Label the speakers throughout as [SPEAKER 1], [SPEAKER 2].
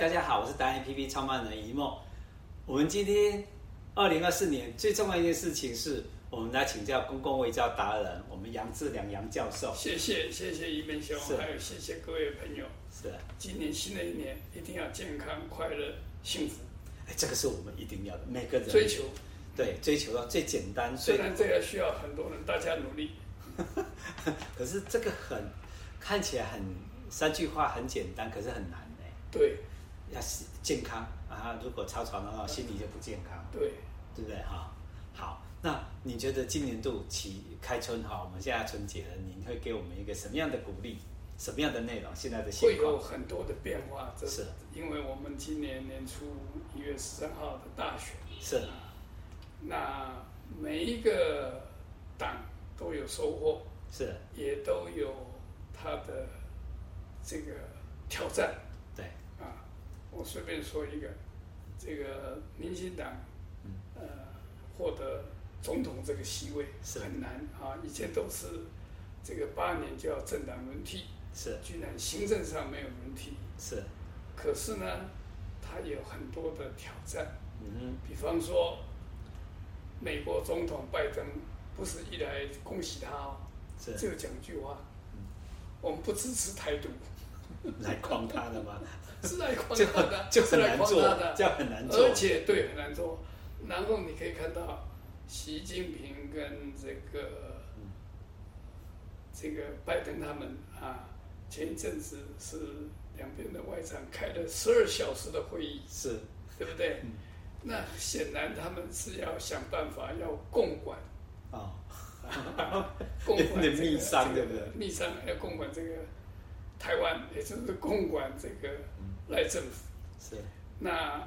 [SPEAKER 1] 大家好，我是达人 APP 创办人一梦。我们今天二零二四年最重要一件事情是，我们来请教公共卫教达人，我们杨志良杨教授。
[SPEAKER 2] 谢谢谢谢一门兄
[SPEAKER 1] 是，
[SPEAKER 2] 还有谢谢各位朋友。
[SPEAKER 1] 是，
[SPEAKER 2] 今年新的一年一定要健康、快乐、幸福，
[SPEAKER 1] 哎，这个是我们一定要的，每个人
[SPEAKER 2] 追求。
[SPEAKER 1] 对追求到最简单，
[SPEAKER 2] 虽
[SPEAKER 1] 最
[SPEAKER 2] 然这个需要很多人大家努力，
[SPEAKER 1] 可是这个很看起来很三句话很简单，可是很难哎。
[SPEAKER 2] 对
[SPEAKER 1] 要是健康啊，如果超床的话，心理就不健康。
[SPEAKER 2] 对，
[SPEAKER 1] 对不对哈？好，那你觉得今年度起开春哈，我们现在春节了，你会给我们一个什么样的鼓励？什么样的内容？现在的
[SPEAKER 2] 会
[SPEAKER 1] 现
[SPEAKER 2] 有
[SPEAKER 1] 况
[SPEAKER 2] 很多的变化。这
[SPEAKER 1] 是
[SPEAKER 2] 因为我们今年年初一月十三号的大选，啊
[SPEAKER 1] 是
[SPEAKER 2] 那每一个党都有收获，
[SPEAKER 1] 是，
[SPEAKER 2] 也都有它的这个挑战。
[SPEAKER 1] 对，
[SPEAKER 2] 啊，我随便说一个，这个民进党，
[SPEAKER 1] 嗯
[SPEAKER 2] 呃，获得总统这个席位
[SPEAKER 1] 是
[SPEAKER 2] 很难啊，以前都是这个八年就要政党轮替，
[SPEAKER 1] 是
[SPEAKER 2] 居然行政上没有轮替，
[SPEAKER 1] 是，
[SPEAKER 2] 可是呢，它有很多的挑战，
[SPEAKER 1] 嗯
[SPEAKER 2] 比方说，美国总统拜登不是一来恭喜他哦，
[SPEAKER 1] 哼，
[SPEAKER 2] 只
[SPEAKER 1] 是
[SPEAKER 2] 有讲一句话，
[SPEAKER 1] 嗯
[SPEAKER 2] 我们不支持台 独，
[SPEAKER 1] 来框他的吗？
[SPEAKER 2] 是来狂
[SPEAKER 1] 就
[SPEAKER 2] 他的，
[SPEAKER 1] 就很
[SPEAKER 2] 是来
[SPEAKER 1] 难
[SPEAKER 2] 狂
[SPEAKER 1] 做
[SPEAKER 2] 他的，，
[SPEAKER 1] 这样很难做
[SPEAKER 2] 而，且对很难做。然后你可以看到，习近平跟这个、
[SPEAKER 1] 嗯
[SPEAKER 2] 这个拜登他们啊，前一阵子是两边的外长开了十二小时的会议，
[SPEAKER 1] 是
[SPEAKER 2] 对不对？
[SPEAKER 1] 嗯
[SPEAKER 2] 那显然他们是要想办法要共管，
[SPEAKER 1] 哦，
[SPEAKER 2] 共管这
[SPEAKER 1] 有点
[SPEAKER 2] 个
[SPEAKER 1] 密商
[SPEAKER 2] 这
[SPEAKER 1] 对
[SPEAKER 2] 个
[SPEAKER 1] 不对
[SPEAKER 2] 密商要共管这个台湾，也就是共管这个
[SPEAKER 1] 嗯
[SPEAKER 2] 赖政府。
[SPEAKER 1] 是
[SPEAKER 2] 那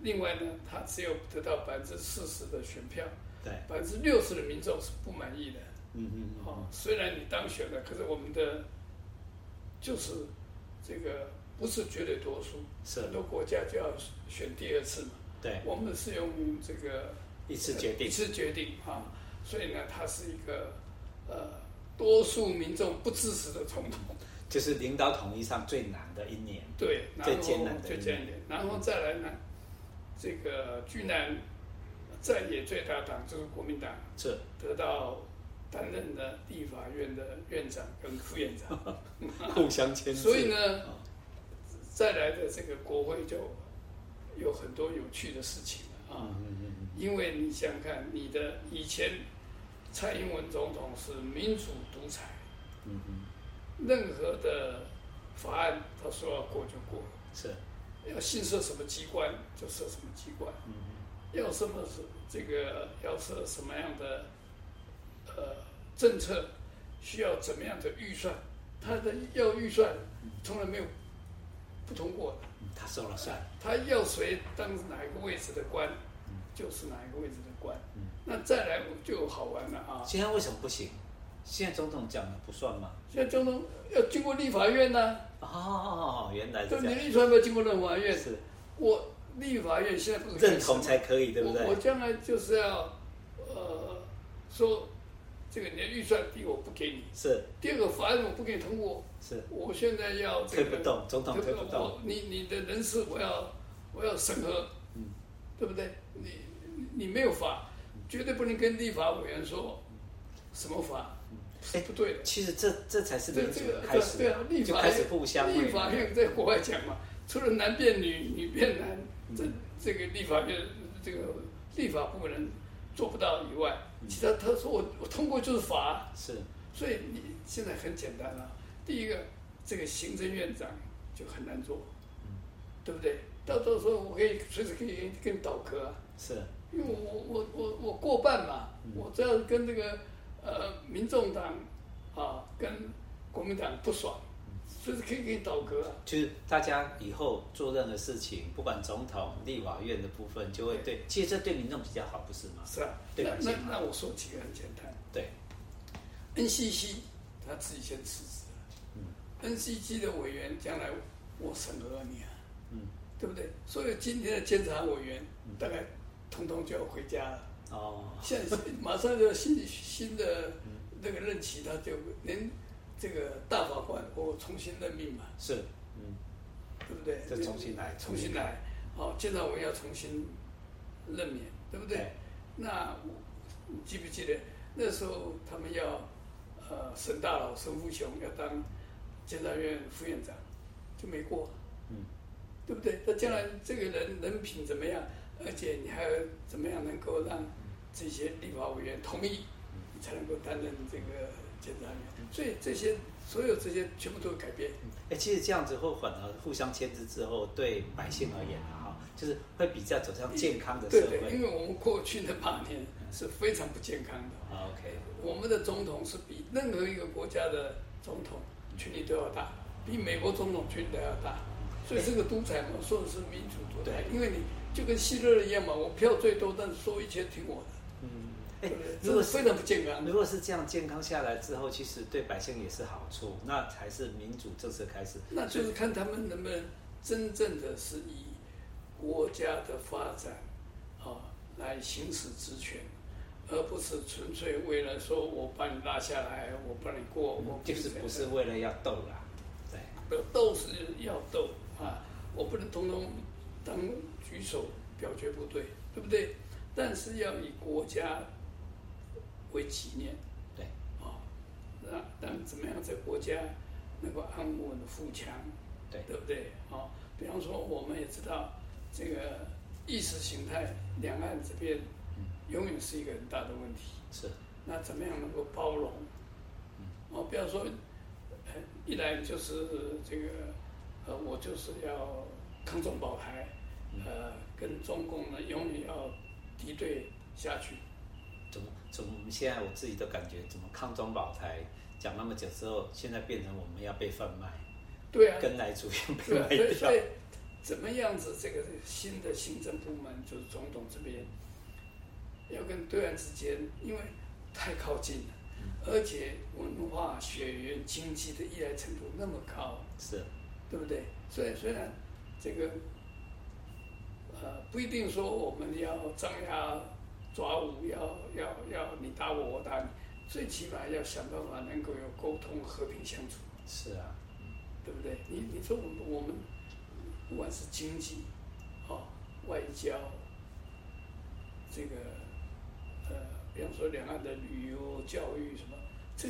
[SPEAKER 2] 另外呢，他只有得到百分之四十的选票，
[SPEAKER 1] 对，
[SPEAKER 2] 百分之六十的民众是不满意的。
[SPEAKER 1] 嗯嗯嗯
[SPEAKER 2] 哦，虽然你当选了，可是我们的就是这个不是绝对多数，
[SPEAKER 1] 是
[SPEAKER 2] 很多国家就要选第二次嘛。
[SPEAKER 1] 对，
[SPEAKER 2] 我们是用这个
[SPEAKER 1] 一次决
[SPEAKER 2] 一
[SPEAKER 1] 定
[SPEAKER 2] 次决定啊，所以呢，他是一个呃多数民众不支持的总统。
[SPEAKER 1] 就是领导统一上最难的一年，
[SPEAKER 2] 对，然后
[SPEAKER 1] 最艰难的
[SPEAKER 2] 最
[SPEAKER 1] 一
[SPEAKER 2] 艰难，然后再来呢，这个居然在野最大党就是国民党
[SPEAKER 1] 是
[SPEAKER 2] 得到担任的立法院的院长跟副院长，
[SPEAKER 1] 互相牵制，
[SPEAKER 2] 所以呢
[SPEAKER 1] 哦，
[SPEAKER 2] 再来的这个国会就有很多有趣的事情了啊
[SPEAKER 1] 嗯，嗯嗯嗯，
[SPEAKER 2] 因为你想想看，你的以前蔡英文总统是民主独裁，
[SPEAKER 1] 嗯嗯
[SPEAKER 2] 任何的法案他说要过就过。
[SPEAKER 1] 是，
[SPEAKER 2] 要新设什么机关就设什么机关，
[SPEAKER 1] 嗯嗯
[SPEAKER 2] 要什么是这个要设什么样的呃政策，需要怎么样的预算，他的要预算从来没有不通过的，
[SPEAKER 1] 嗯他说了算，
[SPEAKER 2] 他要谁当哪一个位置的官，就是哪一个位置的官。那再来就好玩了啊！
[SPEAKER 1] 现在为什么不行？现在总统讲的不算吗？
[SPEAKER 2] 现在交通要经过立法院呢、
[SPEAKER 1] 哦，原来是
[SPEAKER 2] 对，
[SPEAKER 1] 这
[SPEAKER 2] 你
[SPEAKER 1] 样，
[SPEAKER 2] 立法院没有经过立法院，
[SPEAKER 1] 是
[SPEAKER 2] 我立法院现在不可以
[SPEAKER 1] 认同才可以，对不
[SPEAKER 2] 我我
[SPEAKER 1] 对？
[SPEAKER 2] 将来就是要，呃，说这个你的预算第一我不给你，
[SPEAKER 1] 是
[SPEAKER 2] 第二个法案我不给你通过，
[SPEAKER 1] 是，
[SPEAKER 2] 我现在要这
[SPEAKER 1] 推
[SPEAKER 2] 个
[SPEAKER 1] 不动，总统推不
[SPEAKER 2] 我
[SPEAKER 1] 动，
[SPEAKER 2] 你你的人事我要我要审核，
[SPEAKER 1] 嗯
[SPEAKER 2] 对不对？你你你没有法，绝对不能跟立法委员说什么法是
[SPEAKER 1] 哎
[SPEAKER 2] 不对的。
[SPEAKER 1] 其实这这才是
[SPEAKER 2] 这
[SPEAKER 1] 民主
[SPEAKER 2] 这
[SPEAKER 1] 的
[SPEAKER 2] 个
[SPEAKER 1] 开
[SPEAKER 2] 对
[SPEAKER 1] 始
[SPEAKER 2] 啊，立，
[SPEAKER 1] 就
[SPEAKER 2] 法
[SPEAKER 1] 开始互相为
[SPEAKER 2] 立法院在国外讲嘛，除了男变女，女变男，
[SPEAKER 1] 嗯
[SPEAKER 2] 这这个立法院这个立法部门做不到以外，
[SPEAKER 1] 嗯
[SPEAKER 2] 其他他说我我通过就是法，
[SPEAKER 1] 是
[SPEAKER 2] 所以你现在很简单了、第一个，这个行政院长就很难做，
[SPEAKER 1] 嗯
[SPEAKER 2] 对不对？到到时候我可以随时可以跟你倒戈啊，
[SPEAKER 1] 是
[SPEAKER 2] 因为我我我我过半嘛，我只要跟这个呃民众党啊跟国民党不爽，随时可以给你倒戈啊。
[SPEAKER 1] 就是大家以后做任何事情，不管总统、立法院的部分，就会对，其实这对民众比较好，不是吗？
[SPEAKER 2] 是啊，
[SPEAKER 1] 对
[SPEAKER 2] 那
[SPEAKER 1] 感
[SPEAKER 2] 那
[SPEAKER 1] 情嘛
[SPEAKER 2] 那我说几个很简单
[SPEAKER 1] 对，
[SPEAKER 2] ，NCC 他自己先辞职了、n c c 的委员将来我审核你啊，
[SPEAKER 1] 嗯，
[SPEAKER 2] 对不对？所有今天的监察委员大概通通就要回家了，
[SPEAKER 1] 哦，
[SPEAKER 2] 现在是马上就新新的那个任期，他就连这个大法官我重新任命嘛，
[SPEAKER 1] 是，嗯，
[SPEAKER 2] 对不对？
[SPEAKER 1] 就重新来
[SPEAKER 2] 重新来。哦，建造委要重新任免，对不对？
[SPEAKER 1] 对
[SPEAKER 2] 那我你记不记得那时候他们要呃沈大佬沈富雄要当监察院副院长，就没过。
[SPEAKER 1] 嗯，
[SPEAKER 2] 对不对？那将来这个人人品怎么样，而且你还要怎么样能够让这些立法委员同意，你才能够担任这个监察院。所以这些所有这些全部都有改变。
[SPEAKER 1] 哎、其实这样子后反而互相牵制之后，对百姓而言啊，哈，就是会比较走向健康的社
[SPEAKER 2] 对
[SPEAKER 1] 会。
[SPEAKER 2] 对，因为我们过去的八年是非常不健康的。
[SPEAKER 1] 啊 OK，
[SPEAKER 2] 我们的总统是比任何一个国家的总统权力都要大，比美国总统权力都要大。所以这个独裁嘛，说的是民主独裁，因为你就跟希特勒一样嘛，我票最多，但是说一切听我的，
[SPEAKER 1] 嗯，哎、
[SPEAKER 2] 对不对？
[SPEAKER 1] 如果
[SPEAKER 2] 这
[SPEAKER 1] 是
[SPEAKER 2] 是非常不健康的
[SPEAKER 1] 如。果是这样健康下来之后，其实对百姓也是好处，那才是民主正式开始。
[SPEAKER 2] 那就是看他们能不能真正的是以国家的发展啊、来行使职权，而不是纯粹为了说我把你拉下来，我把你过，我
[SPEAKER 1] 就是不是为了要斗啦，对，
[SPEAKER 2] 斗是要斗啊，我不能通通当举手表决部队，对不对？但是要以国家为己念
[SPEAKER 1] 对，
[SPEAKER 2] 啊，让让怎么样在国家能够安稳富强，
[SPEAKER 1] 对
[SPEAKER 2] 对不对？啊，比方说我们也知道这个意识形态，两岸这边永远是一个很大的问题。
[SPEAKER 1] 是，
[SPEAKER 2] 那怎么样能够包容？
[SPEAKER 1] 嗯
[SPEAKER 2] 哦，不要说，呃，一来就是这个，呃，我就是要抗中保台，
[SPEAKER 1] 嗯
[SPEAKER 2] 呃，跟中共呢永远要敌对下去。
[SPEAKER 1] 怎么怎么我们现在我自己都感觉，怎么抗中保台讲那么久之后，现在变成我们要被贩卖，
[SPEAKER 2] 对啊，
[SPEAKER 1] 跟来主要被
[SPEAKER 2] 对啊，
[SPEAKER 1] 卖
[SPEAKER 2] 所以
[SPEAKER 1] 掉
[SPEAKER 2] 所，以怎么样子，这个新的行政部门就是总统这边，要跟对岸之间，因为太靠近了，
[SPEAKER 1] 嗯
[SPEAKER 2] 而且文化、血缘、经济的依赖程度那么高。
[SPEAKER 1] 是，
[SPEAKER 2] 对不对？所以虽然这个呃不一定说我们要张牙抓舞，要要要你打我，我打你，最起码要想办法能够有沟通、和平相处，
[SPEAKER 1] 是啊，
[SPEAKER 2] 对不对？你你说我们我们不管是经济、哦外交，这个呃，比方说两岸的旅游、教育什么，这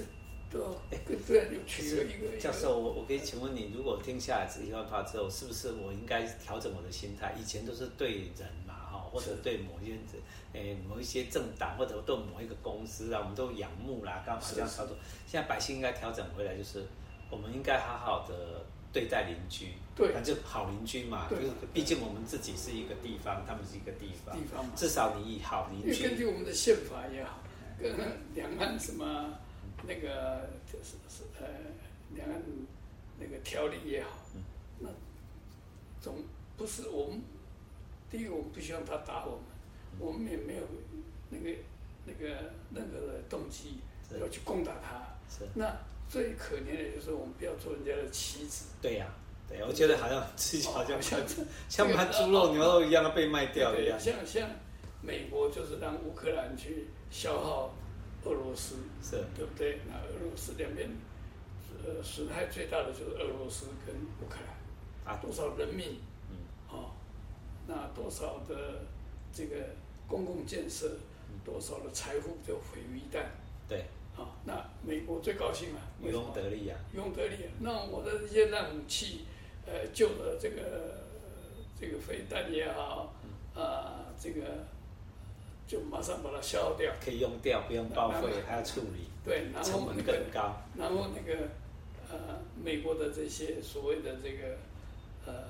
[SPEAKER 2] 都要跟对岸有取得一个一个
[SPEAKER 1] 教授，我我可以请问你，如果听下来这一万趴之后，是不是我应该调整我的心态？以前都是对人嘛，哈，或者
[SPEAKER 2] 是
[SPEAKER 1] 对某些诶、某一些政党，或者对某一个公司啊，我们都仰慕啦，干嘛
[SPEAKER 2] 是
[SPEAKER 1] 这样
[SPEAKER 2] 是
[SPEAKER 1] 操作？现在百姓应该调整回来，就是我们应该好好的对待邻居，
[SPEAKER 2] 对
[SPEAKER 1] 反正好邻居嘛，就
[SPEAKER 2] 对
[SPEAKER 1] 是毕竟我们自己是一个地方，他们是一个地方
[SPEAKER 2] 地，方嘛。
[SPEAKER 1] 至少你以好
[SPEAKER 2] 因
[SPEAKER 1] 邻
[SPEAKER 2] 为根
[SPEAKER 1] 居
[SPEAKER 2] 据我们的宪法也好，跟两岸什么那个就是是呃两岸那个条例也好，那总不是我们第一个我们不希望他打我们，我们也没有那个那个任何的动机
[SPEAKER 1] 是
[SPEAKER 2] 要去攻打他。
[SPEAKER 1] 是，
[SPEAKER 2] 那最可怜的就是我们不要做人家的棋子，
[SPEAKER 1] 对呀、对，我觉得好像自己好像
[SPEAKER 2] 哦像
[SPEAKER 1] 像卖猪肉、牛肉一样被卖掉一样。
[SPEAKER 2] 像像美国就是让乌克兰去消耗俄罗斯。
[SPEAKER 1] 是
[SPEAKER 2] 对不对？那俄罗斯两边，呃，损害最大的就是俄罗斯跟乌克兰，
[SPEAKER 1] 啊，
[SPEAKER 2] 多少人命，
[SPEAKER 1] 嗯，
[SPEAKER 2] 哦，那多少的这个公共建设，
[SPEAKER 1] 嗯
[SPEAKER 2] 多少的财富都毁于一旦，
[SPEAKER 1] 对，
[SPEAKER 2] 啊、那美国最高兴了、啊，
[SPEAKER 1] 渔翁得利啊，
[SPEAKER 2] 渔翁得利，那我的这些烂武器，呃，旧的这个这个飞弹也好，啊、这个就马上把它消耗掉，
[SPEAKER 1] 可以用掉，不用报废，还要处理，啊
[SPEAKER 2] 对，然后
[SPEAKER 1] 成
[SPEAKER 2] 我们
[SPEAKER 1] 本
[SPEAKER 2] 那个
[SPEAKER 1] 更高。
[SPEAKER 2] 然后那个呃，美国的这些所谓的这个呃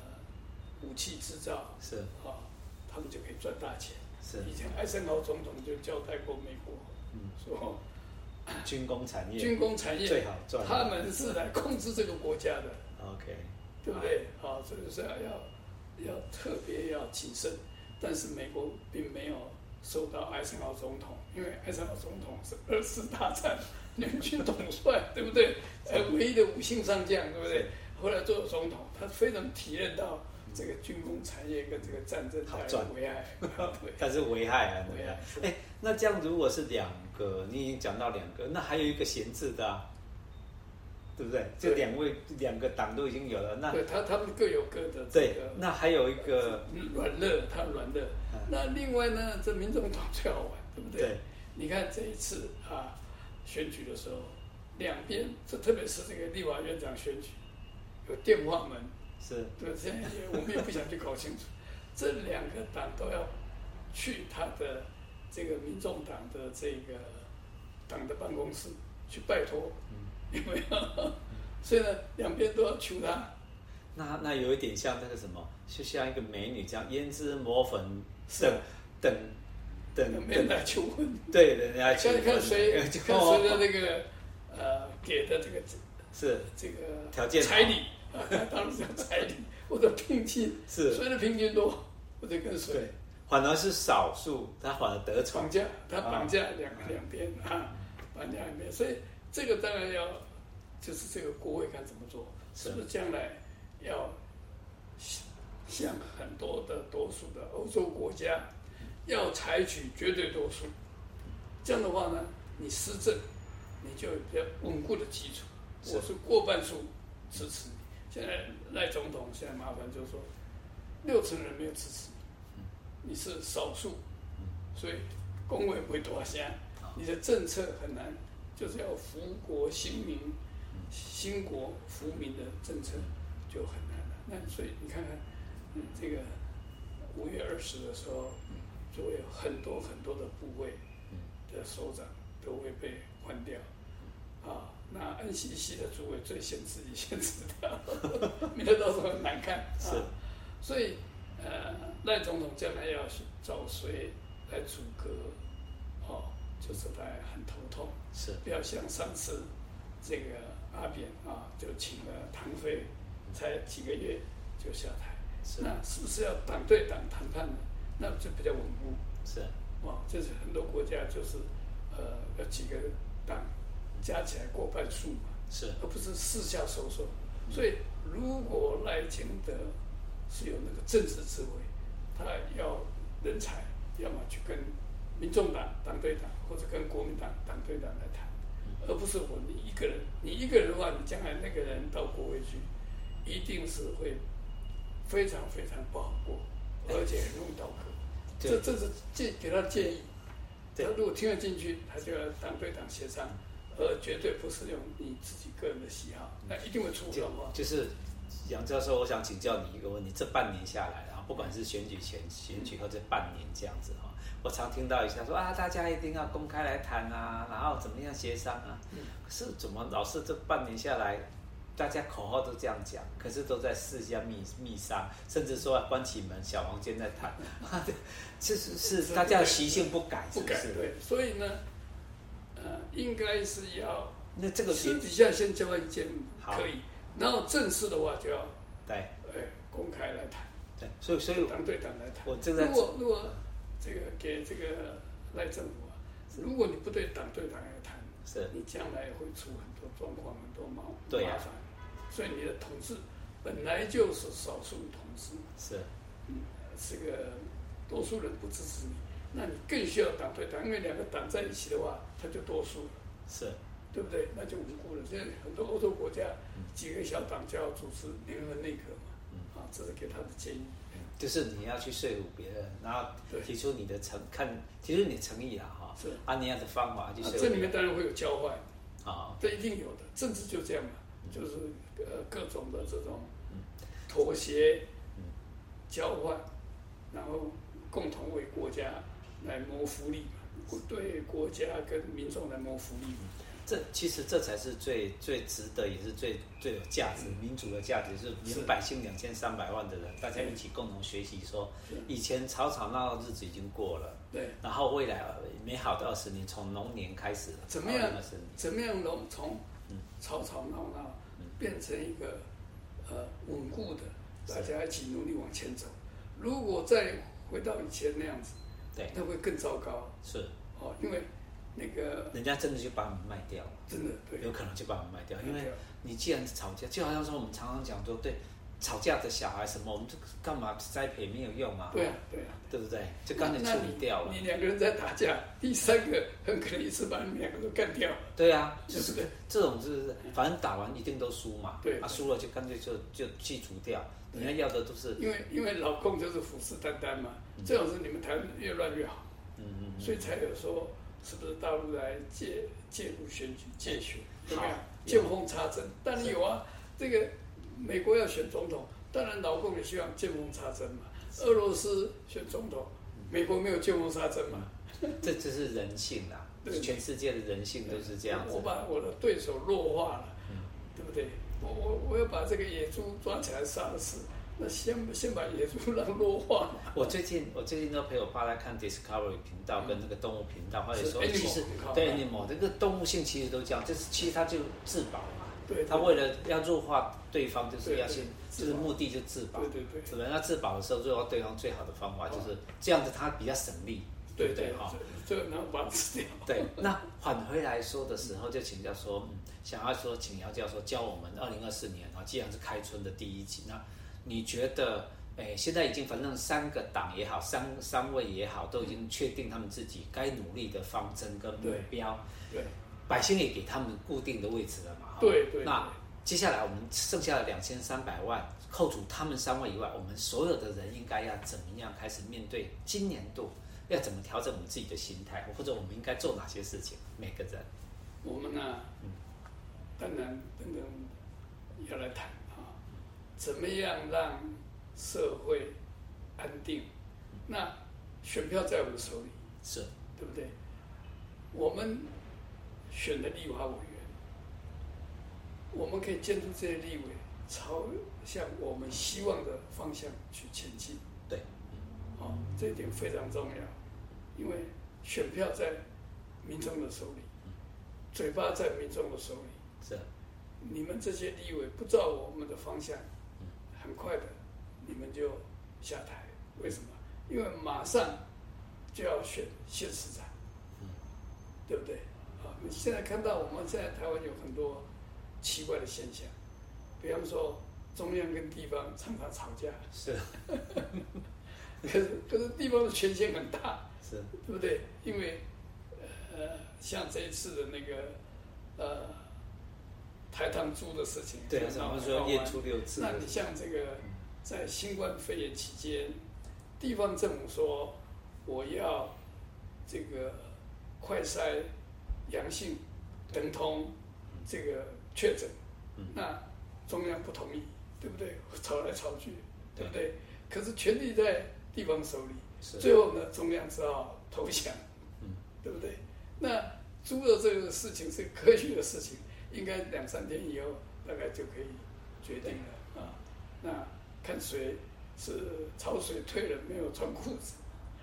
[SPEAKER 2] 武器制造啊、
[SPEAKER 1] 是
[SPEAKER 2] 他们就可以赚大钱。
[SPEAKER 1] 是，
[SPEAKER 2] 以前艾森豪总统就交代过美国，
[SPEAKER 1] 嗯
[SPEAKER 2] 说
[SPEAKER 1] 军工产业
[SPEAKER 2] 军工产业
[SPEAKER 1] 最好赚。
[SPEAKER 2] 他们是来控制这个国家的，
[SPEAKER 1] OK，
[SPEAKER 2] 对不对？啊，所以就是要要要特别要谨慎。但是美国并没有受到艾森豪总统，因为艾森豪总统是二次大战联军统帅，对不对？呃，唯一的五星上将，对不对？后来做了总统，他非常体验到这个军工产业跟这个战争
[SPEAKER 1] 好
[SPEAKER 2] 带来
[SPEAKER 1] 赚
[SPEAKER 2] 的危 害。对，
[SPEAKER 1] 但是危害啊，危
[SPEAKER 2] 危
[SPEAKER 1] 害
[SPEAKER 2] 害。
[SPEAKER 1] 哎，那这样如果是两个，你已经讲到两个，那还有一个闲置的啊，对不对？这两位两个党都已经有了，那
[SPEAKER 2] 对他他们各有各的这
[SPEAKER 1] 对
[SPEAKER 2] 个，
[SPEAKER 1] 那还有一个
[SPEAKER 2] 软肋，他软肋。
[SPEAKER 1] 嗯
[SPEAKER 2] 那另外呢，这民众党最好玩，对不对？
[SPEAKER 1] 对
[SPEAKER 2] 你看这一次啊，选举的时候，两边，这特别是这个立法院长选举，有电话门，
[SPEAKER 1] 是
[SPEAKER 2] 对，现在也我们也不想去搞清楚，这两个党都要去他的这个民众党的这个党的办公室去拜托，因为嗯所以呢，两边都要求他，
[SPEAKER 1] 那那有一点像那个什么，就像一个美女这样胭脂抹粉，
[SPEAKER 2] 是
[SPEAKER 1] 等等
[SPEAKER 2] 两
[SPEAKER 1] 等
[SPEAKER 2] 边
[SPEAKER 1] 等，
[SPEAKER 2] 来求婚。
[SPEAKER 1] 对人家
[SPEAKER 2] 看
[SPEAKER 1] 去
[SPEAKER 2] 看谁 看
[SPEAKER 1] 就
[SPEAKER 2] 谁的那个呃给的这个
[SPEAKER 1] 是
[SPEAKER 2] 这个
[SPEAKER 1] 条件
[SPEAKER 2] 彩礼啊，当然是要彩礼，我的聘金
[SPEAKER 1] 是
[SPEAKER 2] 谁的聘金多，我就跟谁
[SPEAKER 1] 对，反而是少数，他反而得宠
[SPEAKER 2] 绑，架，他绑架两个两边啊，绑架两边，所以这个当然要就是这个国会看怎么做，
[SPEAKER 1] 是
[SPEAKER 2] 是不是将来要像像很多的多数的欧洲国家要采取绝对多数，这样的话呢，你施政你就有比较稳固的基础。
[SPEAKER 1] 是
[SPEAKER 2] 我是过半数支持你，现在赖总统现在麻烦就是说，六成人没有支持你，你是少数，所以工委不会多些，你的政策很难，就是要福国兴民、兴国福民的政策就很难了。那所以你看看，嗯，这个五月二十的时候，就会有很多很多的部位的首长都会被换掉。啊，那 NCC 的主委最先自己先知道， 免得到时候很难看。啊、
[SPEAKER 1] 是，
[SPEAKER 2] 所以呃，赖总统将来要找谁来组阁，哦，就是他很头痛。
[SPEAKER 1] 是
[SPEAKER 2] 不要像上次这个阿扁啊，就请了唐飞，才几个月就下台，
[SPEAKER 1] 是
[SPEAKER 2] 那是不是要党对党谈判呢？那就比较稳固。
[SPEAKER 1] 是
[SPEAKER 2] 哇，这是很多国家就是呃有几个党加起来过半数嘛，
[SPEAKER 1] 是
[SPEAKER 2] 而不是四下收缩。所以如果赖清德是有那个政治智慧，他要人才，要么去跟民众党党对党或者跟国民党党对党来谈，而不是我你一个人，你一个人的话，你将来那个人到国会去，一定是会非常非常不好过，而且很容易倒戈。
[SPEAKER 1] 对
[SPEAKER 2] 这这是建给他建议，他
[SPEAKER 1] 对
[SPEAKER 2] 如果听得进去，他就要党对党协商，而绝对不是用你自己个人的喜好，那一定会出
[SPEAKER 1] 嗯就
[SPEAKER 2] 状况。
[SPEAKER 1] 就是杨教授，我想请教你一个问题：这半年下来，然后不管是选举前、选举后这半年这样子哈，我常听到一下说啊，大家一定要公开来谈啊，然后怎么样协商啊。可是怎么老是这半年下来，大家口号都这样讲，可是都在私下密密商，甚至说关起门小房间在谈， 这是是大家的习性不改，是
[SPEAKER 2] 不
[SPEAKER 1] 不
[SPEAKER 2] 改
[SPEAKER 1] 是？
[SPEAKER 2] 对，所以呢，呃，应该是要
[SPEAKER 1] 那这个
[SPEAKER 2] 私
[SPEAKER 1] 是
[SPEAKER 2] 底下先交换意见
[SPEAKER 1] 好
[SPEAKER 2] 可以，然后正式的话就要
[SPEAKER 1] 对
[SPEAKER 2] 呃公开来谈，
[SPEAKER 1] 对，所以所以
[SPEAKER 2] 党对党来谈。
[SPEAKER 1] 我正在
[SPEAKER 2] 如果如果这个给这个赖政府啊，如果你不对党对党来谈，
[SPEAKER 1] 是
[SPEAKER 2] 你将来会出很多状况，很多麻
[SPEAKER 1] 对啊
[SPEAKER 2] 麻烦。所以你的统治本来就是少数统治，
[SPEAKER 1] 是
[SPEAKER 2] 嗯，这个多数人不支持你，那你更需要党对党，因为两个党在一起的话，他就多数了，
[SPEAKER 1] 是
[SPEAKER 2] 对不对？那就无辜了。现在很多欧洲国家几个小党就要组织联合内阁嘛，啊，这是给他的建议。
[SPEAKER 1] 就是你要去说服别人，然后
[SPEAKER 2] 嗯对
[SPEAKER 1] 提出你的诚看，提出你的诚意啦，哈，
[SPEAKER 2] 是
[SPEAKER 1] 按你样的方法去
[SPEAKER 2] 啊
[SPEAKER 1] 说，服
[SPEAKER 2] 这里
[SPEAKER 1] 别
[SPEAKER 2] 面
[SPEAKER 1] 人
[SPEAKER 2] 当然会有交换，
[SPEAKER 1] 啊，
[SPEAKER 2] 这一定有的，政治就这样嘛，就是呃各种的这种妥协、交换，然后共同为国家来谋福利嘛，对国家跟民众来谋福利嘛。
[SPEAKER 1] 这其实这才是最最值得，也是最最有价值，民主的价值是
[SPEAKER 2] 是
[SPEAKER 1] 民百姓两千三百万的人，大家一起共同学习说，以前吵吵闹闹日子已经过了，
[SPEAKER 2] 对，
[SPEAKER 1] 然后未来美好的二十年从龙年开始，
[SPEAKER 2] 怎么样
[SPEAKER 1] 二十年？
[SPEAKER 2] 怎么样从从吵吵闹闹变成一个呃稳固的，大家一起努力往前走。如果再回到以前那样子，
[SPEAKER 1] 对，
[SPEAKER 2] 那会更糟糕
[SPEAKER 1] 是
[SPEAKER 2] 哦，因为那个
[SPEAKER 1] 人家真的就把你卖掉了。
[SPEAKER 2] 真的对
[SPEAKER 1] 有可能就把我们卖掉，
[SPEAKER 2] 卖
[SPEAKER 1] 因为
[SPEAKER 2] 掉
[SPEAKER 1] 你既然吵架，就好像说我们常常讲说，对，吵架的小孩什么，我们就干嘛栽培没有用啊，
[SPEAKER 2] 对啊，对啊。
[SPEAKER 1] 对不对？就刚才
[SPEAKER 2] 那
[SPEAKER 1] 处理掉了
[SPEAKER 2] 你。。你两个人在打架，第三个很可能一次把你们两个都干掉，
[SPEAKER 1] 对啊，
[SPEAKER 2] 对
[SPEAKER 1] 就
[SPEAKER 2] 不
[SPEAKER 1] 是
[SPEAKER 2] 对？
[SPEAKER 1] 这种就是反正打完一定都输嘛，
[SPEAKER 2] 对
[SPEAKER 1] 啊输了就干脆就就去除掉，人家要的都是
[SPEAKER 2] 因为因为老公就是虎视眈眈嘛，这种事你们谈得越乱越好，
[SPEAKER 1] 嗯
[SPEAKER 2] 所以才有说是不是大陆来介介入选举介选，有没有
[SPEAKER 1] 好
[SPEAKER 2] 见缝插针？当然有啊，这个美国要选总统，当然老共也希望见缝插针嘛。俄罗斯选总统，美国没有见缝插针嘛？
[SPEAKER 1] 嗯，这就是人性啦，
[SPEAKER 2] 对
[SPEAKER 1] 全世界的人性都是这样
[SPEAKER 2] 我
[SPEAKER 1] 子。嗯
[SPEAKER 2] 把我的对手弱化了，对不对？我我我要把这个野猪抓起来杀死，那先先把野猪让弱化嘛。
[SPEAKER 1] 我最近我最近都陪我爸在看 Discovery 频道跟那个动物频道，或者
[SPEAKER 2] 是
[SPEAKER 1] 说哎
[SPEAKER 2] animal
[SPEAKER 1] 其实
[SPEAKER 2] 很好
[SPEAKER 1] 对
[SPEAKER 2] 看
[SPEAKER 1] animal 这个动物性其实都这样，就是其实它就自保嘛，
[SPEAKER 2] 对
[SPEAKER 1] 它为了要弱化对方，就是要
[SPEAKER 2] 对
[SPEAKER 1] 先
[SPEAKER 2] 自
[SPEAKER 1] 就
[SPEAKER 2] 保
[SPEAKER 1] 是目的就自保
[SPEAKER 2] 对，对对哦
[SPEAKER 1] 怎么样自保的时候弱化对方最好的方法就是这样子，它比较省力，
[SPEAKER 2] 对
[SPEAKER 1] 不
[SPEAKER 2] 对
[SPEAKER 1] 对
[SPEAKER 2] 对
[SPEAKER 1] 哈？，
[SPEAKER 2] 最后然后把它吃掉。
[SPEAKER 1] 对，那返回来说的时候，就请教说，嗯，想要说，请姚教授教我们二零二四年啊，既然是开春的第一集，那你觉得，诶，现在已经反正三个党也好，三三位也好，都已经确定他们自己该努力的方针跟目标，
[SPEAKER 2] 对
[SPEAKER 1] 百姓也给他们固定的位置了嘛。哈
[SPEAKER 2] 对对对
[SPEAKER 1] 那接下来我们剩下的两千三百万，扣除他们三位以外，我们所有的人应该要怎么样开始面对今年度？要怎么调整我们自己的心态，或者我们应该做哪些事情？每个人，
[SPEAKER 2] 我们呢、
[SPEAKER 1] 嗯
[SPEAKER 2] 当然等等要来谈啊，怎么样让社会安定？那选票在我们手里，
[SPEAKER 1] 是
[SPEAKER 2] 对不对？我们选的立法委员，我们可以监督这些立委朝向我们希望的方向去前进。
[SPEAKER 1] 对，
[SPEAKER 2] 哦，这一点非常重要，因为选票在民众的手里，嘴巴在民众的手里。
[SPEAKER 1] 是
[SPEAKER 2] 你们这些立委不照我们的方向，很快的，你们就下台。为什么？因为马上就要选县市长，对不对？啊，你现在看到我们现在台湾有很多奇怪的现象，比方说中央跟地方常常吵架，
[SPEAKER 1] 是
[SPEAKER 2] 可是可是地方的权限很大，
[SPEAKER 1] 是，
[SPEAKER 2] 对不对？因为呃，像这一次的那个呃台糖猪的事情，
[SPEAKER 1] 对，
[SPEAKER 2] 就是
[SPEAKER 1] 我
[SPEAKER 2] 闹
[SPEAKER 1] 们
[SPEAKER 2] 得
[SPEAKER 1] 说
[SPEAKER 2] 闹
[SPEAKER 1] 验
[SPEAKER 2] 翻
[SPEAKER 1] 出六次
[SPEAKER 2] 那，你像这个，在新冠肺炎期间，地方政府说我要这个快筛阳性等同这个确诊，那中央不同意，对不对？吵来吵去，对不对？可是权力在地方手里，
[SPEAKER 1] 是
[SPEAKER 2] 最后呢，中央只好投降，
[SPEAKER 1] 嗯
[SPEAKER 2] 对不对？那猪肉这个事情是科学的事情，应该两三天以后大概就可以决定
[SPEAKER 1] 嗯
[SPEAKER 2] 了啊。那看谁是潮水退了没有穿裤子，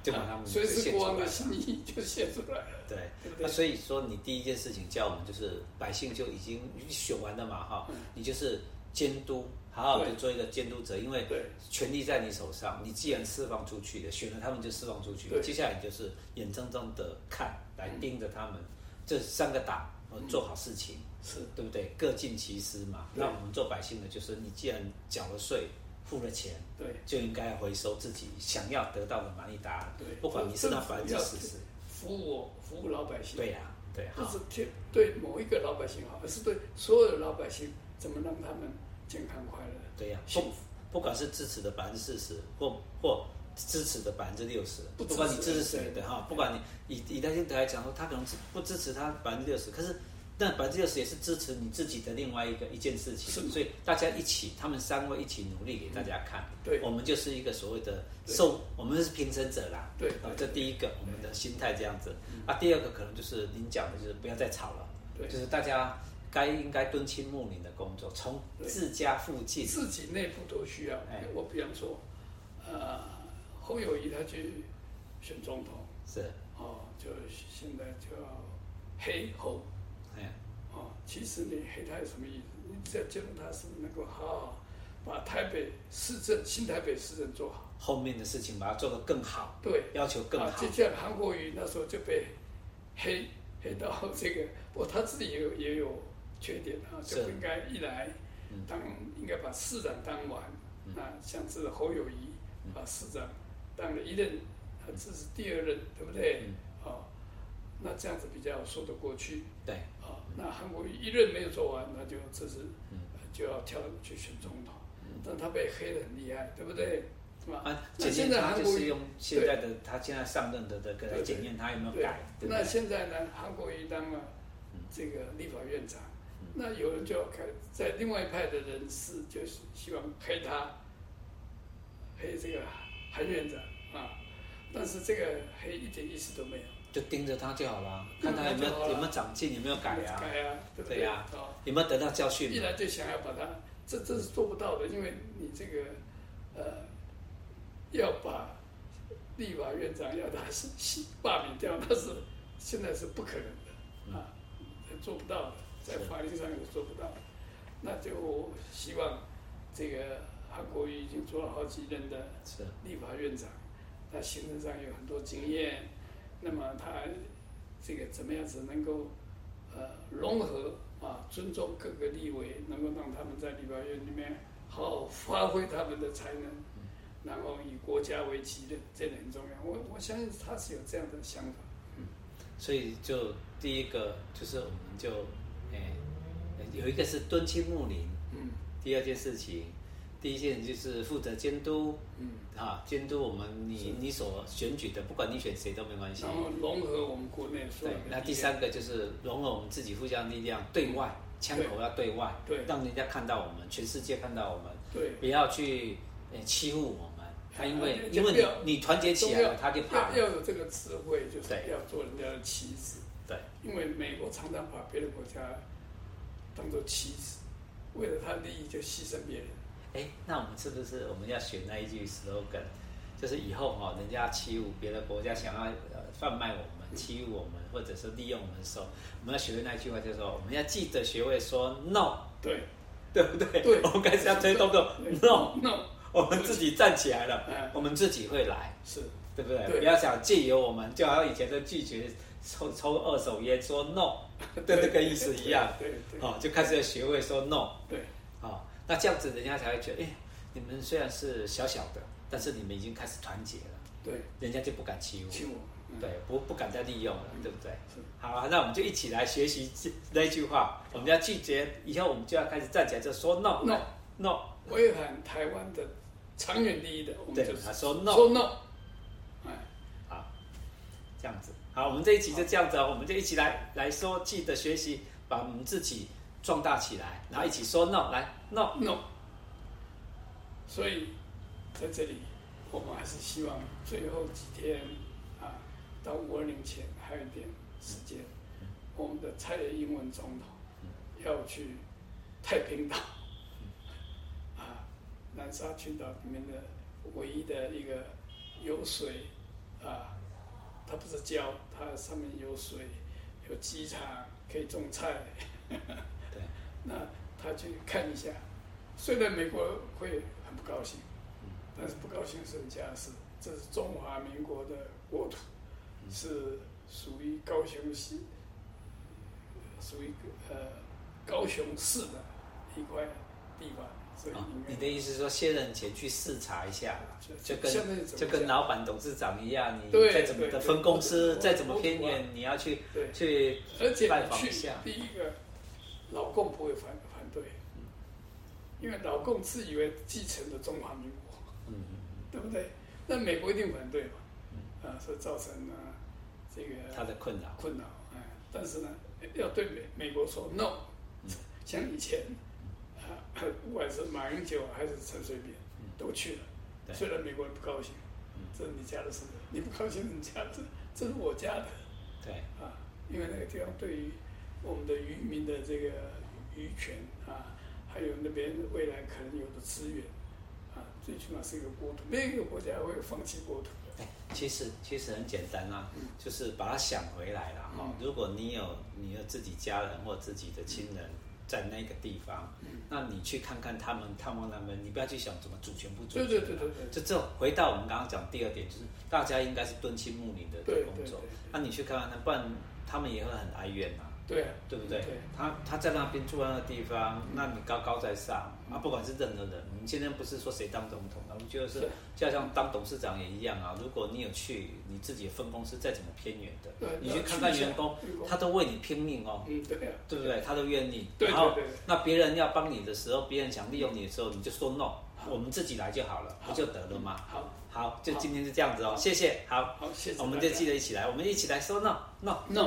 [SPEAKER 1] 就把他们
[SPEAKER 2] 啊所以是
[SPEAKER 1] 献出
[SPEAKER 2] 国王
[SPEAKER 1] 来
[SPEAKER 2] 的
[SPEAKER 1] 了
[SPEAKER 2] 心意就写出来了。
[SPEAKER 1] 对
[SPEAKER 2] 对不，对
[SPEAKER 1] 那所以说你第一件事情叫我们就是百姓就已经选完了嘛哈，你就是监督，好好的
[SPEAKER 2] 嗯对
[SPEAKER 1] 做一个监督者，因为
[SPEAKER 2] 对
[SPEAKER 1] 权力在你手上，你既然释放出去了，选了他们就释放出去了，
[SPEAKER 2] 对
[SPEAKER 1] 接下来你就是眼睁睁的看来盯着他们这三个党呃做好事情，
[SPEAKER 2] 嗯是
[SPEAKER 1] 对不对？各尽其私嘛。
[SPEAKER 2] 对
[SPEAKER 1] 那我们做百姓的，就是你既然缴了税，付了钱，
[SPEAKER 2] 对
[SPEAKER 1] 就应该回收自己想要得到的满意答案。
[SPEAKER 2] 啊对，
[SPEAKER 1] 不管你是那百分之
[SPEAKER 2] 政
[SPEAKER 1] 四
[SPEAKER 2] 府
[SPEAKER 1] 十
[SPEAKER 2] 要，服务我，服务老百姓。
[SPEAKER 1] 对呀、对呀、
[SPEAKER 2] 不
[SPEAKER 1] 好
[SPEAKER 2] 是对对某一个老百姓好，而是对所有的老百姓，怎么让他们健康快乐？
[SPEAKER 1] 对呀、
[SPEAKER 2] 幸
[SPEAKER 1] 不
[SPEAKER 2] 福
[SPEAKER 1] 不管是支持的百分之四十，或或支持的百分之六十，
[SPEAKER 2] 不
[SPEAKER 1] 不
[SPEAKER 2] 支持
[SPEAKER 1] 管你支持谁的
[SPEAKER 2] 对
[SPEAKER 1] 哈，不管你以以戴先德来讲说，他可能是不支持他百分之六十，可是那百分之六十也是支持你自己的另外一个一件事情，
[SPEAKER 2] 是
[SPEAKER 1] 所以大家一起，他们三位一起努力给大家看，
[SPEAKER 2] 对
[SPEAKER 1] 我们就是一个所谓的
[SPEAKER 2] 对
[SPEAKER 1] 受，我们是平生者啦，
[SPEAKER 2] 对
[SPEAKER 1] 啊
[SPEAKER 2] 对，
[SPEAKER 1] 这第一个我们的心态这样子，啊，第二个可能就是您讲的，就是不要再吵了，
[SPEAKER 2] 对
[SPEAKER 1] 就是大家。该应该敦亲睦邻的工作，从
[SPEAKER 2] 对
[SPEAKER 1] 自家附近
[SPEAKER 2] 自己内部都需要
[SPEAKER 1] 哎。
[SPEAKER 2] 我比方说，呃，侯友谊他去选总统，
[SPEAKER 1] 是，
[SPEAKER 2] 哦，就现在叫黑侯，
[SPEAKER 1] 哎，
[SPEAKER 2] 哦，其实你黑他有什么意思？你只要监督他是不是能够好好把台北市政、新台北市政做好，
[SPEAKER 1] 后面的事情把它做得更好，
[SPEAKER 2] 对，
[SPEAKER 1] 要求更
[SPEAKER 2] 啊，
[SPEAKER 1] 好
[SPEAKER 2] 就，像韩国瑜那时候就被黑黑到这个，我他自己也有也有缺点啊，
[SPEAKER 1] 是
[SPEAKER 2] 就不应该一来
[SPEAKER 1] 嗯
[SPEAKER 2] 当应该把市长当完，啊，像是侯友谊
[SPEAKER 1] 嗯
[SPEAKER 2] 啊市长当了一任，啊这是第二任，对不对？
[SPEAKER 1] 嗯
[SPEAKER 2] 啊，那这样子比较说得过去
[SPEAKER 1] 对，
[SPEAKER 2] 啊。那韩国瑜一任没有做完，那就这是
[SPEAKER 1] 嗯
[SPEAKER 2] 就要跳去选总统，但他被黑的很厉害，对不对？是吧？
[SPEAKER 1] 啊，
[SPEAKER 2] 那
[SPEAKER 1] 检验
[SPEAKER 2] 现在
[SPEAKER 1] 他
[SPEAKER 2] 韩
[SPEAKER 1] 就
[SPEAKER 2] 国
[SPEAKER 1] 是
[SPEAKER 2] 瑜
[SPEAKER 1] 用现在的他现在上任的这个来
[SPEAKER 2] 对对
[SPEAKER 1] 检验他有没有
[SPEAKER 2] 对
[SPEAKER 1] 改，对不嗯
[SPEAKER 2] 那
[SPEAKER 1] 对？
[SPEAKER 2] 现在呢，韩国瑜当了这个立法院长，
[SPEAKER 1] 嗯
[SPEAKER 2] 那有人就要开，在另外一派的人士就是希望黑他，黑这个韩院长啊，但是这个黑一点意思都没有，
[SPEAKER 1] 就盯着他就好了，
[SPEAKER 2] 盯
[SPEAKER 1] 看
[SPEAKER 2] 着
[SPEAKER 1] 他有没
[SPEAKER 2] 他嗯就好
[SPEAKER 1] 有
[SPEAKER 2] 了
[SPEAKER 1] 有没有长进，有没有改啊，
[SPEAKER 2] 改啊，对不
[SPEAKER 1] 对
[SPEAKER 2] 对？
[SPEAKER 1] 呀
[SPEAKER 2] 啊，
[SPEAKER 1] 有没有得到教训啊
[SPEAKER 2] 一
[SPEAKER 1] 嘛？
[SPEAKER 2] 来就想要把他，这这是做不到的，因为你这个呃，要把立法院长要他是是罢免掉，那是现在是不可能的啊，做不到的，在法律上也做不到。那就希望这个韩国瑜已经做了好几任的
[SPEAKER 1] 是
[SPEAKER 2] 立法院长，那行政上有很多经验，那么他这个怎么样子能够呃融合啊，尊重各个立委，能够让他们在立法院里面好好发挥他们的才能，然后以国家为己任，这点很重要。我我相信他是有这样的想法。
[SPEAKER 1] 所以就第一个就是我们就，哎、有一个是敦亲睦邻，
[SPEAKER 2] 嗯
[SPEAKER 1] 第二件事情，第一件就是负责监督，
[SPEAKER 2] 嗯，
[SPEAKER 1] 哈、监督我们你你所选举的，不管你选谁都没关系
[SPEAKER 2] 然。后融合我们国内所
[SPEAKER 1] 对
[SPEAKER 2] 有的，
[SPEAKER 1] 那第
[SPEAKER 2] 力量
[SPEAKER 1] 三个就是融合我们自己互相力量，对外枪口要对外，
[SPEAKER 2] 对
[SPEAKER 1] 让人家看到我们，全世界看到我们，
[SPEAKER 2] 对。
[SPEAKER 1] 不要去、哎欺负我们。他因为
[SPEAKER 2] 哎
[SPEAKER 1] 因为
[SPEAKER 2] 不要
[SPEAKER 1] 你你团结起来
[SPEAKER 2] 都
[SPEAKER 1] 了，
[SPEAKER 2] 要
[SPEAKER 1] 他就怕了。
[SPEAKER 2] 要要有这个智慧，就是
[SPEAKER 1] 对
[SPEAKER 2] 要做人家的棋子。
[SPEAKER 1] 对，
[SPEAKER 2] 因为美国常常把别的国家当做棋子，为了他利益就牺牲别人。
[SPEAKER 1] 哎，那我们是不是我们要选那一句 slogan，就是以后哈、人家欺负别的国家，想要呃贩卖我们、
[SPEAKER 2] 嗯
[SPEAKER 1] 欺负我们，或者是利用我们的时候，我们要学会那一句话，就是说我们要记得学会说 no，
[SPEAKER 2] 对
[SPEAKER 1] 对不对？
[SPEAKER 2] 对
[SPEAKER 1] 我们开始要推动个 no，
[SPEAKER 2] no
[SPEAKER 1] 我们自己站起来了
[SPEAKER 2] 嗯，
[SPEAKER 1] 我们自己会来，
[SPEAKER 2] 是
[SPEAKER 1] 对不对？
[SPEAKER 2] 对
[SPEAKER 1] 不要想借由我们，就好像以前的拒绝抽抽二手烟说 no 的那个意思一样，
[SPEAKER 2] 对对
[SPEAKER 1] 哦，就开始要学会说 no。
[SPEAKER 2] 对
[SPEAKER 1] 哦，那这样子人家才会觉得，哎、你们虽然是小小的，但是你们已经开始团结了，
[SPEAKER 2] 对，
[SPEAKER 1] 人家就不敢欺负，
[SPEAKER 2] 亲我。嗯
[SPEAKER 1] 对，不不敢再利用了，对不对
[SPEAKER 2] 是？
[SPEAKER 1] 好啊，那我们就一起来学习这那一句话，我们要拒绝，以后我们就要开始站起来，就说 no
[SPEAKER 2] No
[SPEAKER 1] no，
[SPEAKER 2] 违反台湾的长远利益的，我们
[SPEAKER 1] 对
[SPEAKER 2] 就，
[SPEAKER 1] 他
[SPEAKER 2] 是
[SPEAKER 1] 说 no，
[SPEAKER 2] 说 no。哎，
[SPEAKER 1] 好，这样子，好，我们这一集就这样子、哦，我们就一起来来说，记得学习，把我们自己壮大起来，然后一起说 no，来 no，
[SPEAKER 2] no。所以在这里，我们还是希望最后几天啊，到五二零前还有一点时间，我们的蔡英文总统要去太平岛啊，南沙群岛里面的唯一的一个有水啊，它不是礁，它上面有水，有机场，可以种菜。
[SPEAKER 1] 对，
[SPEAKER 2] 那他去看一下。虽然美国会很不高兴，
[SPEAKER 1] 嗯
[SPEAKER 2] 但是不高兴是人家的事，这是中华民国的国土，
[SPEAKER 1] 嗯
[SPEAKER 2] 是属于高雄市，属于呃高雄市的一块地方，所以
[SPEAKER 1] 啊
[SPEAKER 2] 应，该
[SPEAKER 1] 你的意思是说卸任前去视察一下，就
[SPEAKER 2] 就
[SPEAKER 1] 跟
[SPEAKER 2] 下面怎么
[SPEAKER 1] 就跟
[SPEAKER 2] 讲
[SPEAKER 1] 老板、董事长一样，你
[SPEAKER 2] 对
[SPEAKER 1] 再怎么
[SPEAKER 2] 对
[SPEAKER 1] 的
[SPEAKER 2] 对
[SPEAKER 1] 分公司，
[SPEAKER 2] 对
[SPEAKER 1] 再怎么
[SPEAKER 2] 我
[SPEAKER 1] 偏
[SPEAKER 2] 我
[SPEAKER 1] 远，你要去
[SPEAKER 2] 对
[SPEAKER 1] 去
[SPEAKER 2] 而且
[SPEAKER 1] 拜访一
[SPEAKER 2] 你去
[SPEAKER 1] 下
[SPEAKER 2] 第一个，老共不会反反对，
[SPEAKER 1] 嗯
[SPEAKER 2] 因为老共自以为继承了中华民国，
[SPEAKER 1] 嗯
[SPEAKER 2] 对不对？那美国一定反对嘛，啊，所以造成了这个
[SPEAKER 1] 嗯他的困扰。
[SPEAKER 2] 困扰，哎，但是呢，要对美美国说 no，像
[SPEAKER 1] 嗯
[SPEAKER 2] 以前啊，不管是马英九还是陈水扁都去了，
[SPEAKER 1] 嗯对嗯
[SPEAKER 2] 虽然美国人不高兴，这是你家的事，你不高兴是你家的，这是我家的。
[SPEAKER 1] 对，
[SPEAKER 2] 啊，因为那个地方对于我们的渔民的这个渔权啊，还有那边未来可能有的资源啊，最起码是一个国土，没有一个国家会放弃国土的。
[SPEAKER 1] 哎，其实其实很简单啊，就是把它想回来了
[SPEAKER 2] 嗯
[SPEAKER 1] 哈。如果你有你有自己家人或自己的亲人在那个地方，那你去看看他们，探望他们，你不要去想怎么主权不主权啊。
[SPEAKER 2] 对对对对对
[SPEAKER 1] 就这回到我们刚刚讲第二点，就是大家应该是敦亲睦邻的
[SPEAKER 2] 对
[SPEAKER 1] 工
[SPEAKER 2] 对
[SPEAKER 1] 作
[SPEAKER 2] 对对。
[SPEAKER 1] 那你去看看他，不然他们也会很哀怨啊。
[SPEAKER 2] 对啊，
[SPEAKER 1] 对不对？
[SPEAKER 2] 对
[SPEAKER 1] 他他在那边住在那个地方，那你高高在上
[SPEAKER 2] 嗯
[SPEAKER 1] 啊，不管是任何人，我们现在不是说谁当总统啊，我们就是
[SPEAKER 2] 是
[SPEAKER 1] 就像当董事长也一样啊。如果你有去你自己的分公司，再怎么偏远的
[SPEAKER 2] 对，啊
[SPEAKER 1] 你去看看员工
[SPEAKER 2] 去一下员，工
[SPEAKER 1] 他都为你拼命哦，
[SPEAKER 2] 嗯，对啊，
[SPEAKER 1] 对不对？他都愿意。
[SPEAKER 2] 对对
[SPEAKER 1] 然后
[SPEAKER 2] 对对
[SPEAKER 1] 那别人要帮你的时候，别人想利用你的时候，你就说 no，我们自己来就好了，不就得了吗？
[SPEAKER 2] 好，
[SPEAKER 1] 好，就今天就这样子哦，谢谢，好，
[SPEAKER 2] 好，谢谢大家。
[SPEAKER 1] 我们就记得一起来，我们一起来说 no no。
[SPEAKER 2] No。